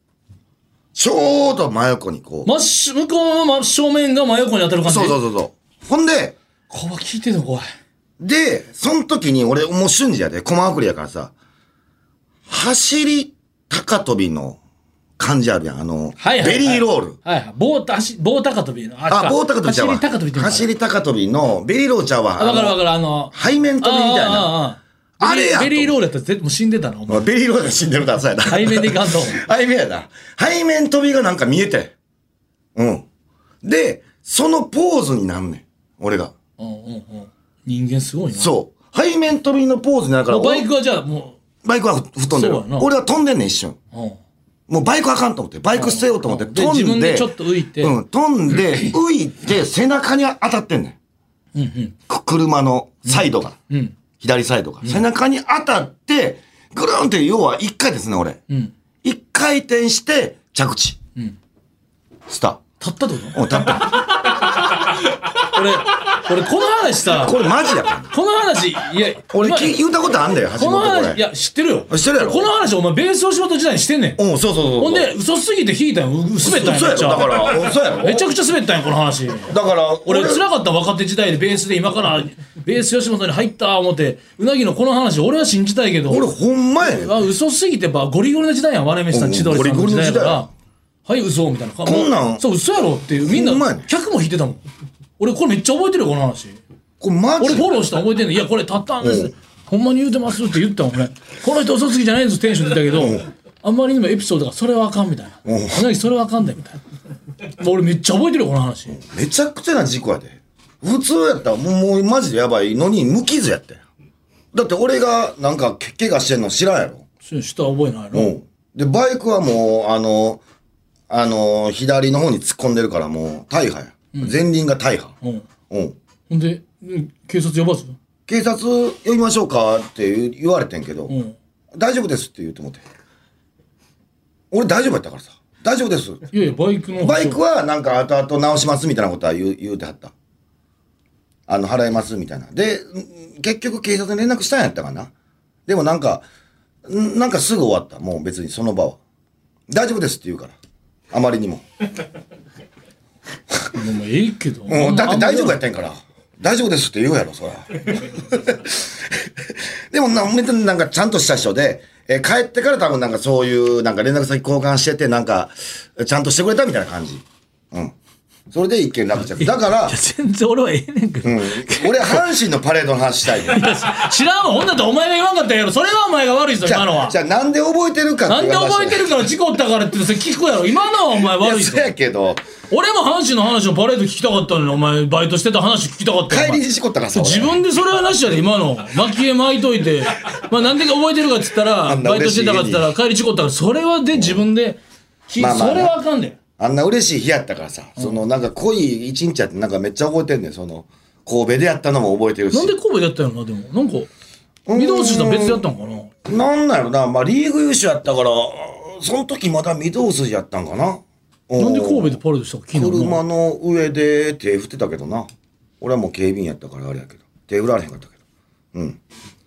S4: ちょうど真横にこう。
S3: 真っし向こうの真正面が真横に当たる感じ。
S4: そうそうそうそう。ほんで、
S3: こわ聞いてんの怖い。
S4: で、その時に俺もう瞬時やで、駒送りやからさ、走り高跳びの感じあるやん、あの、
S3: はいはいはい
S4: ベリーロール。
S3: はいはい。棒た、足棒高跳びの。
S4: あ、棒高跳びちゃうわ。
S3: 走り高跳びっていうのか
S4: 走り高跳びのベリーロールちゃうわ。
S3: あ、わかるわかる。あの、
S4: 背面跳びみたいな。
S3: ああああ
S4: あれやと
S3: ベリーベリーロールやったら絶対もう死んでたな、お前。
S4: まあ、ベリーロールが死んでるから、そうやな。
S3: 背面でいかんと。
S4: 背面やな。背面飛びがなんか見えて。うん。で、そのポーズになんねん。俺が。
S3: うんうんうん。人間すごいな。
S4: そう。背面飛びのポーズになるから、
S3: もうバイクはじゃあも
S4: おバイクは吹っ飛んでる
S3: そうや。な
S4: 俺は飛んでんねん、一瞬。
S3: う、うん。
S4: もうバイクあかんと思って、バイク捨てようと思って、
S3: うんうんで
S4: 飛んで。
S3: 自分でちょっと浮いて
S4: うん、飛ん で、浮いて、背中に当たってんねん。く車のサイドが。
S3: うん。
S4: 左サイドが。背中に当たって、ぐるんって、要は一回ですね、俺。
S3: うん。
S4: 一回転して、着地。
S3: ん
S4: スタ
S3: 立ったってこ
S4: ー。おたった。
S3: と俺、俺この話さ、
S4: これマジ やから。
S3: この話、いや、
S4: 俺、
S3: まあ
S4: き言ったことあんだよ、橋
S3: この
S4: 本こ
S3: 話、い
S4: れ。
S3: や、知ってるよ。
S4: 知ってるやろ
S3: この話、お前、ベース吉本時代にしてんねん。
S4: うん、そうそうそう。
S3: ほんで、、嘘すぎて引いたんよ。う滑ったん
S4: そう
S3: よ、めっ
S4: やろ、
S3: ちゃ。
S4: だから、そうやろ。
S3: めちゃくちゃ滑ったんよ、この話。
S4: だから、
S3: 俺、辛かった、若手時代でベースで今から、ベース吉本に入った、思って、うなぎのこの話、俺は信じたいけど、
S4: 俺ほんまやねん
S3: あ嘘すぎてばゴリゴリの時代やん我飯さん千鳥さんの時代やか
S4: ゴリゴリの時代や
S3: らはい嘘みたいなこ
S4: んなん
S3: そう嘘やろっていうみんな
S4: ほんまやねん
S3: 客も引いてたもん俺これめっちゃ覚えてるよこの話
S4: これマ
S3: 俺
S4: ジ
S3: フォローしたの覚えてんのいやこれたったんで
S4: う
S3: す
S4: ん
S3: ほんまに言うてますって言ったもん俺この人嘘すぎじゃないんですテンションで言ったけどあんまりにもエピソードがそれはあかんみたいなうなぎそれはあかんだよみたいな俺めっちゃ覚えてるよこの話
S4: めちゃくちゃな事故やで。普通やったら、もうもうマジでやばいのに、無傷やったよ。だって俺が、なんか、け怪我してんの知らんやろ。
S3: そうしたら覚えないうの
S4: ん。で、バイクはもう、あの、あの、左の方に突っ込んでるから、もう、大破や。前輪が大破。
S3: うん
S4: うん。
S3: ほんでうん警察呼ばず
S4: 警察呼びましょうかって言う言われてんけど、
S3: うん
S4: 大丈夫ですって言うて思って。俺大丈夫やったからさ。大丈夫です。
S3: いやいやバイクの
S4: バイクはなんか後々直しますみたいなことは言う言うてはった。あの、払いますみたいな。で、ん結局警察に連絡したんやったかな。でもなんか、んなんかすぐ終わった。もう別にその場は。大丈夫ですって言うから。あまりにも。
S3: もうええけど
S4: もうだって大丈夫やったんやから。大丈夫ですって言うやろ、そら。 でもな、本当になんかちゃんとした人で、えー帰ってから多分なんかそういう、なんか連絡先交換してて、なんか、ちゃんとしてくれたみたいな感じ。うん。それで一件落着。だから
S3: いや、全然俺はええねん けど、
S4: うん俺、阪神のパレードの話したいよ。
S3: 知らんわほんだってお前が言わんかったんやろそれはお前が悪いぞ
S4: じ
S3: 今の
S4: ゃあ、
S3: は
S4: じゃあなんで覚えてるか
S3: な
S4: って
S3: ん
S4: いう
S3: で
S4: 話
S3: 覚えてるから事故ったからってそれ聞くやろ今のはお前
S4: い
S3: 悪
S4: や、
S3: いぞ
S4: そやけど、
S3: 俺も阪神の話のパレード聞きたかったのにお前バイトしてた話聞きたかったよお
S4: 帰
S3: 前
S4: りに事故ったからさ。俺
S3: 自分でそれはなしやで今の蒔絵巻いといてまあなんでか覚えてるかっつったら、
S4: あんな
S3: バイト
S4: 嬉
S3: し
S4: しい
S3: てたかっつったら、帰り事故ったから、それはで自分で、ひ
S4: まあまあ
S3: それはあかんで。
S4: あんな嬉しい日やったからさ、そのなんか濃い一日やってなんかめっちゃ覚えてんねん、その、神戸でやったのも覚えてるし。
S3: なんで神戸でやったんやろな、でも。なんか、御堂筋とは別でやったんかな。
S4: なんだろうな、まあリーグ優勝やったから、その時まだ御堂筋やったんかな。
S3: な
S4: なん
S3: で神戸でパレードしたか気になるな
S4: 車の上で手振ってたけどな。俺はもう警備員やったからあれやけど。手振られへんかったけど。うん。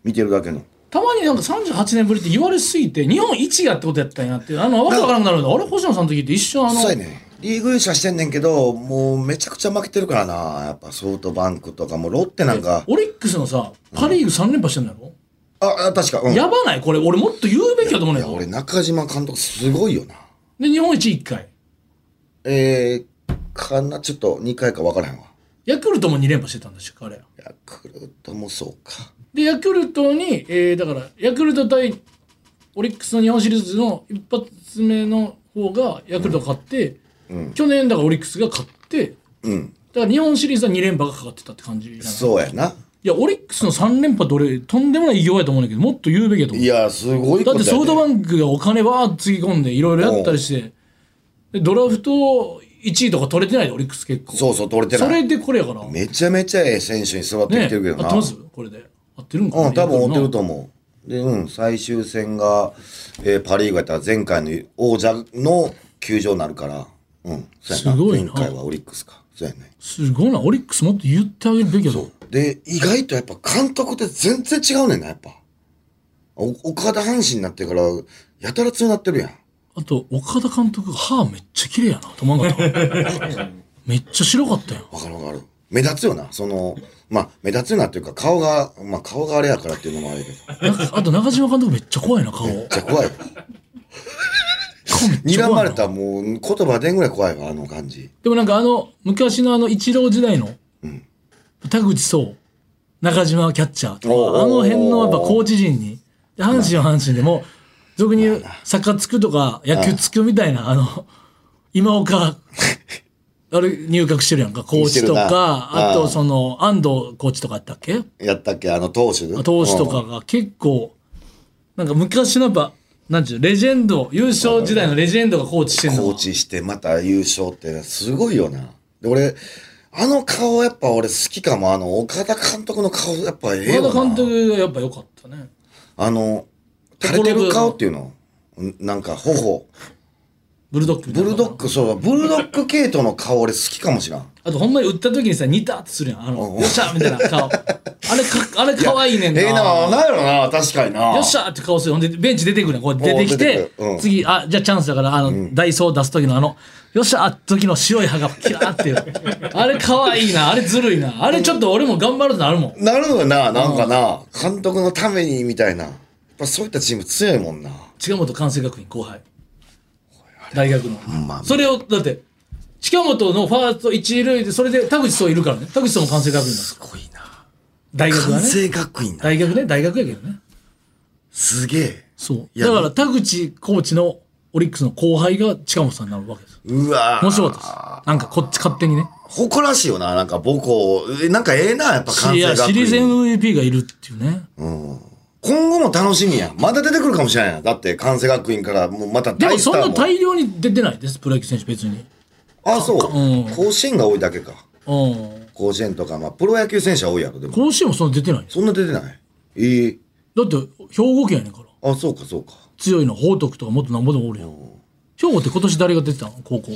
S4: 見てるだけの。
S3: たまになんか38年ぶりって言われすぎて、日本一位やってことやったんやって、あの、わけわからなくなるんだ。あれ、星野さんの時って一瞬あの、
S4: そうやね。リーグ優勝してんねんけど、もうめちゃくちゃ負けてるからな。やっぱソフトバンクとか、もうロッテなんか。
S3: オリックスのさ、パ・リーグ3連覇してんだろ、
S4: あ、あ確か。うん。い
S3: やばないこれ、俺もっと言うべきやと思うねん
S4: や、俺
S3: よ。
S4: 中島監督すごいよな。
S3: で、日本一1回。
S4: えー、かな、ちょっと2回か分からへんわ。
S3: ヤクルトも2連覇してたんだし、彼。
S4: ヤクルトもそうか。
S3: で、ヤクルトに、えー、だから、ヤクルト対オリックスの日本シリーズの一発目の方がヤクルトが勝って、去年、だからオリックスが勝って、
S4: うん。
S3: だから日本シリーズは2連覇がかかってたって感じじゃない
S4: そうやな。
S3: いや、オリックスの3連覇って俺、とんでもない偉業やと思うんだけど、もっと言うべきやと思。
S4: いうや、すごい
S3: だっ
S4: こと
S3: て
S4: や
S3: ソフトバ
S4: ン
S3: ンクがお金ばーっとつぎ込んで、いろいろやったりして、でドラフト1位とか取れてないで、オリックス結構。
S4: そうそう取れてない
S3: それでこれやから。ね
S4: めちゃめちゃええ選手に育って
S3: 合
S4: き
S3: って
S4: るけどな。
S3: ますこれで。合ってるんかな
S4: うん、多分追ってると
S3: 思
S4: 思う。で、うん、最終戦が、えーパ・リーグやったら前回の王者の球場になるから、うん、そうや
S3: すごいな
S4: 前回はオリックスか。そうやね。
S3: う。すごいな、オリックスもっと言ってあげるべきやと思う。
S4: で、意外とやっぱ監督って全然違うねんな、やっぱ。お岡田阪神になってから、やたら強なってるやん。
S3: あと、岡田監督、歯めっちゃ綺麗やな、と思わなか った。めっちゃ白かったよ。
S4: わかるわかる。目立つよな。その、まあ、目立つよなっていうか、顔が、まあ、顔があれやからっていうのもあるけ
S3: な
S4: ど。
S3: んかあと、中島監督めっちゃ怖いな、顔。
S4: めっち ゃ怖い。睨まれたらもう、言葉出んぐらい怖いわ、あの感じ。
S3: でもなんかあの、昔のあの、一郎時代の、田口壮、中島キャッチャーと
S4: おうおうお
S3: か、
S4: う
S3: あの辺のやっぱコーチ陣に、で阪神は阪神でも、俗に言う、サッカーつくとか、野球つくみたいな、あの、今岡、あれ入学してるやんか、コーチと
S4: してる
S3: か、あ
S4: なう
S3: と
S4: ん
S3: その、安藤コーチとかやったっけ
S4: やったっけあの投手
S3: 投手とかが結構、なんか昔のやっぱ、なんちゅう、レジェンド、優勝時代のレジェンドがコーチしてんの
S4: コー
S3: が。
S4: チしてまた優勝ってすごいよな。で、俺、あの顔やっぱ俺好きかも。あの、岡田監督の顔やっぱええよな。
S3: 岡田監督がやっぱ良かったね。
S4: あの、垂れてる顔っていうのんなんか頬。
S3: ブルドッグみた
S4: ブ
S3: いな
S4: ルドッグ、そう、ブルドッグ系統の顔俺好きかもしらん。
S3: あとほんまに打った時にさ似たってするやんあのよっしゃーみたいな 顔あれかあれ可愛いねんな
S4: ええな、なんやろな、確かにな。
S3: よっしゃーって顔するほんでベンチ出てくるやんこうやって出てき
S4: おう出
S3: て
S4: てくるうん
S3: 次あじゃあチャンスだからあの、ダイソー出す時のあのよっしゃーって時の白い歯がキラーっていう あれ可愛いなあれずるいなあれちょっと俺も頑張るとなるもん
S4: なるのよな、なんかな、監督のためにみたいな。やっぱそういったチーム強いもんな。
S3: 近本関西学院後輩大学の、
S4: まあ
S3: それをだって近本のファースト一塁でそれで田口壮いるからね田口壮も関西学院なんです
S4: すごいな。
S3: 大学は
S4: 関
S3: ね
S4: 西学院だ。
S3: 大学ね大学やけどね
S4: すげえ。
S3: そう。
S4: いや
S3: だから田口コーチのオリックスの後輩が近本さんになるわけです。
S4: うわー
S3: 面白かったです。なんかこっち勝手にね。
S4: 誇らしいよな、なんか母校。えなんかええな、やっぱ関
S3: い
S4: 西
S3: や、
S4: 学
S3: シリーズ
S4: 院。
S3: MVP がいるっていうね。
S4: 今後も楽しみや。また出てくるかもしれないやんだって関西学院からもうまた
S3: で
S4: 大
S3: も
S4: ス
S3: そ
S4: タ
S3: ん
S4: ー
S3: な
S4: も。
S3: 大量に出てないです、プロ野球選手別に。
S4: あ、そう、
S3: うん
S4: 甲子園が多いだけか。
S3: うん。
S4: 甲子園とか、まあ、プロ野球選手は多いやろ、でも。
S3: 甲子園もそんな出てないです。
S4: そんな出てないええ
S3: だって、兵庫県やねんから。
S4: あ、そうか、そうか。
S3: 強いの、報徳とかもっとなんぼでもおるやん。兵庫って今年誰が出てたの高校。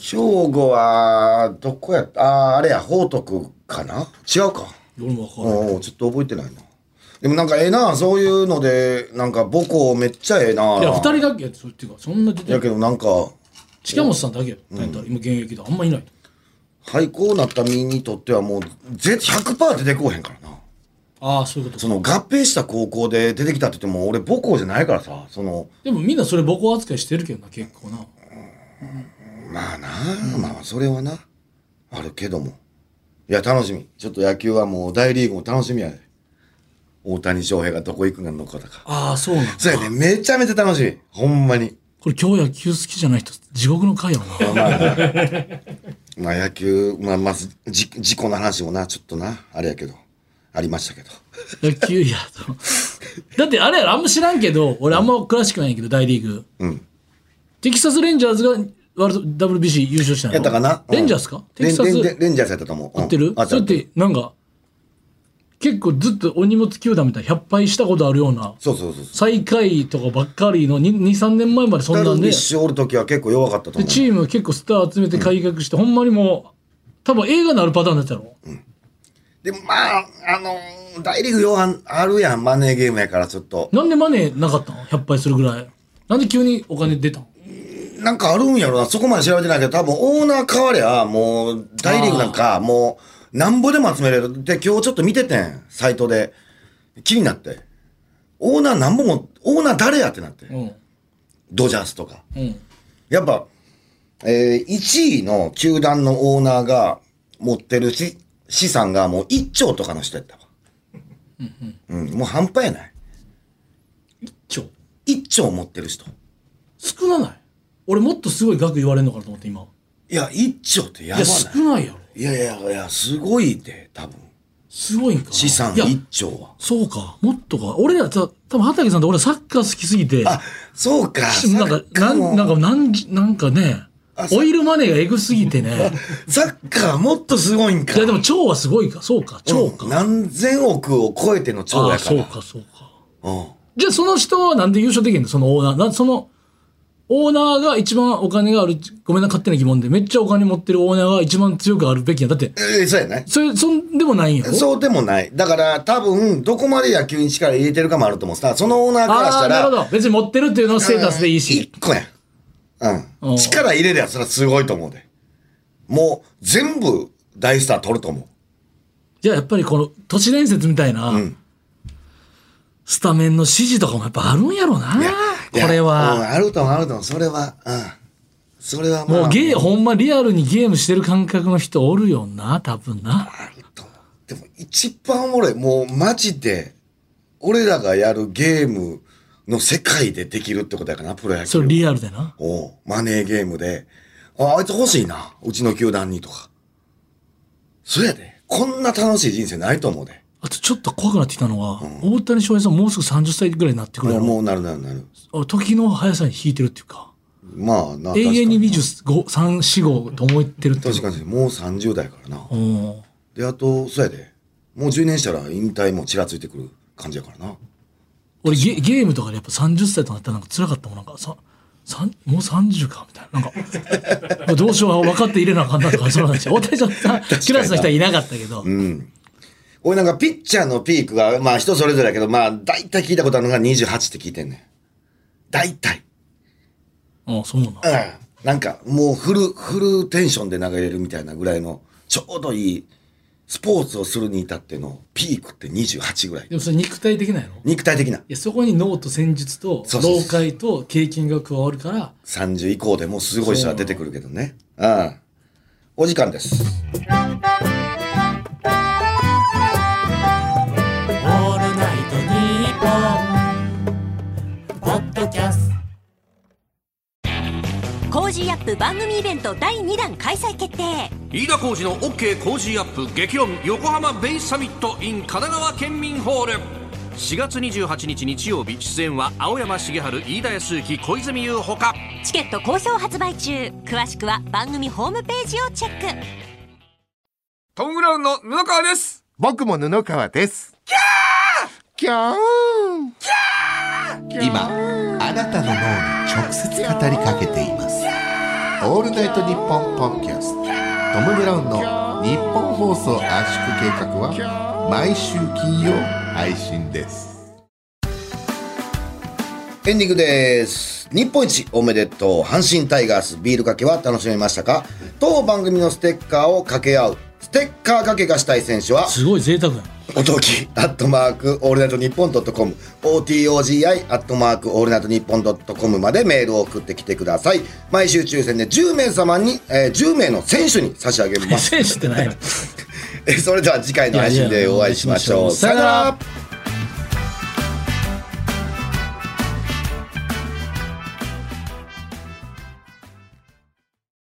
S4: 兵庫は、どこやったあー、あれや、報徳かな違うか。
S3: 俺もわかんない。
S4: おーちょっと覚えてないな。でもなんかええな、そういうので、なんか母校めっちゃええな。
S3: いや、二人だけやって、それっていうか、そんな出てな
S4: や
S3: い。
S4: けどなんか、
S3: 近本さんだけやったんやったら、今現役であんまいない。
S4: 廃校になった身にとってはもう、ぜ100%出てこうへんからな。
S3: ああ、そういうこと
S4: そ。の合併した高校で出てきたって言っても、俺母校じゃないからさ、その、
S3: でもみんなそれ母校扱いしてるけどな、結構な。
S4: まあなまあそれはな、あるけども。いや、楽しみ。ちょっと野球はもう大リーグも楽しみやで。大谷翔平がどこ行くんのかとか。
S3: ああ、そうなんだ
S4: そうやね、めちゃめちゃ楽しい。ほんまに。
S3: これ今日野球好きじゃない人、地獄の回やもんな。
S4: まあ野球、まあまず、じ事故の話もな、ちょっとな、あれやけど、ありましたけど。
S3: 野球、いや、そのだってあれやろあんま知らんけど、俺あんま詳しくないんやけど、大リーグ。テキサスレンジャーズがワールド WBC 優勝したんや
S4: やっ
S3: ろ
S4: たかな
S3: レンジャーズかテ
S4: レ
S3: キ
S4: ン
S3: サ
S4: レ
S3: ス
S4: ン
S3: 合
S4: レンジャーズやったと思う。うん
S3: ってる
S4: あ
S3: それっ
S4: あ
S3: て、なんか、結構ずっとお荷物球団みたいな100敗したことあるような、
S4: そうそうそうそう。
S3: 最下位とかばっかりの2、3年前までそん
S4: ダ
S3: な
S4: ル
S3: ん
S4: ビ
S3: で
S4: ッ、シュおる時は結構弱かったと
S3: で
S4: 思う。
S3: チーム結構スター集めて改革して、ほんまにもう、多分映画のあるパターンだったやろ。
S4: でもまあ、あのー大リーグ要半あるやん、マネーゲームやからちょっと。
S3: なんでマネーなかったの ?100 敗するぐらい。なんで急にお金出たの
S4: なんかあるんやろな、そこまで調べてないけど、多分オーナー変わりゃ、もう、大リーグなんか、もう、なんぼでも集めれる。で、今日ちょっと見ててん、サイトで。気になって。オーナーなんぼも、オーナー誰やってなって。
S3: うん。
S4: ドジャースとか。
S3: うん。
S4: やっぱ、えー、1位の球団のオーナーが持ってるし資産がもう1兆とかの人やったわ。うん、もう半端やない。
S3: ちょ、
S4: 1兆持ってる人。
S3: 少なない俺もっとすごい額言われるのかなと思って今。
S4: いや、1兆ってや
S3: いや、
S4: ばない
S3: 少。ないやろ。
S4: いやいやいや、すごいで、多分。
S3: すごいんかな。
S4: 資産
S3: いや、
S4: 1兆は。
S3: そうか。もっとか。俺ら、た多分畑さんと俺サッカー好きすぎて、
S4: あ、そうか。
S3: なんか
S4: サ、ッカ
S3: な
S4: ーも
S3: んなんか、なんじ、なんかね、オイルマネーがエグすぎてね。
S4: サッカーもっとすごいんか。
S3: いや、でも、蝶はすごいか。そうか、蝶か。
S4: うん何千億を超えての
S3: あ
S4: 超
S3: あ、
S4: やか
S3: そ
S4: ら。
S3: うか、そうか。
S4: うん。
S3: じゃあ、その人はなんで優勝できんのそのオーナー。なその、オーナーが一番お金がある、ごめんな、勝手な疑問で、めっちゃお金持ってるオーナーが一番強くあるべきやん。だって、
S4: えーそうやね。
S3: それ、そんでもないんやろ
S4: そうでもない。だから、多分、どこまで野球に力入れてるかもあると思う。さそのオーナーからし
S3: ああ
S4: た
S3: ー、なるほ
S4: ら、
S3: ど。別に持ってるっていうのはステータスでいいし。
S4: 1個やん。う。
S3: うんん
S4: 力入れるやつらすごいと思うで。もう、全部、大スター取ると思
S3: じゃあやっぱりこの都市伝説みたいな、
S4: ん
S3: スタメンの指示とかもやっぱあるんやろな
S4: う。いや
S3: これ
S4: いやうん
S3: は。
S4: あると思う、あると思う。それは、うん。それはまあ
S3: もうゲー、ほんまリアルにゲームしてる感覚の人おるよな、多分な。
S4: でも一番おもろい、もうマジで、俺らがやるゲームの世界でできるってことやからな、プロ野
S3: それ
S4: 球。
S3: リアルでな。
S4: おうマネーゲームで、あ、あいつ欲しいな、うちの球団にとか。そやで、こんな楽しい人生ないと思うで。
S3: あとちょっと怖くなってきたのは、大谷翔平さんもうすぐ30歳ぐらいになってくるやろ
S4: もうなるなるなる。
S3: あ時の速さに引いてるっていうか、
S4: まあな、
S3: 永遠に
S4: 確
S3: 25、3、4、5と思ってるっていう
S4: かに。確かに、もう30代からな。
S3: うん
S4: で、あと、そやで、もう10年したら引退もちらついてくる感じやからな。
S3: 俺ゲゲームとかでやっぱ30歳となったらなんか辛かったもんなんかささんもう30かみたいななん かどうしよう分かって入れなあかんなとかそうなんですよ大谷さんクラスの人はいなかったけど、
S4: 俺なんかピッチャーのピークが、まあ人それぞれやけど、まあ大体聞いたことあるのが28って聞いてんねん。大体。
S3: ああそうなん
S4: うん。なんかもうフル、フルテンションで投げれるみたいなぐらいの、ちょうどいい、スポーツをするに至ってのピークって28ぐらい
S3: で。もそれ肉体的なんやろい
S4: 肉体的な。
S3: やそこに脳と戦術と
S4: そうそうそう
S3: 老解と経験が加わるから
S4: 30以降でもうすごい人は出てくるけどね。うん。お時間です。
S5: オールナイトニッポン」ポッドキャスト
S6: コージーアップ番組イベント第2弾開催決定
S7: 飯田浩司の OK 工事アップ激論横浜ベイサミット in 神奈川県民ホール4月28日日曜日出演は青山茂春飯田康之小泉優ほか
S6: チケット好評発売中詳しくは番組ホームページをチェック
S8: トム・ブラウンの布川です
S9: 僕も布川です。キャーキャー今、あなたの脳に直接語りかけています。オールナイトニッポンポッドキャスト、トム・ブラウンの日本放送圧縮計画は、毎週金曜配信です。
S4: エンディングです。日本一おめでとう阪神タイガースビールかけは楽しめましたか当番組のステッカーを掛け合うステッカー掛けがしたい選手は
S3: すごい贅 沢やな
S4: おときアットマークオールナイトニッポンドットコム OTOGI アットマークオールナイトニッポンドットコムまでメールを送ってきてください毎週抽選で10名様に、えー10名の選手に差し上げま す
S3: 選手ってないの
S4: えそれでは次回の配信でお会いしましょう
S3: いやいやお会いしましょう
S4: さよなら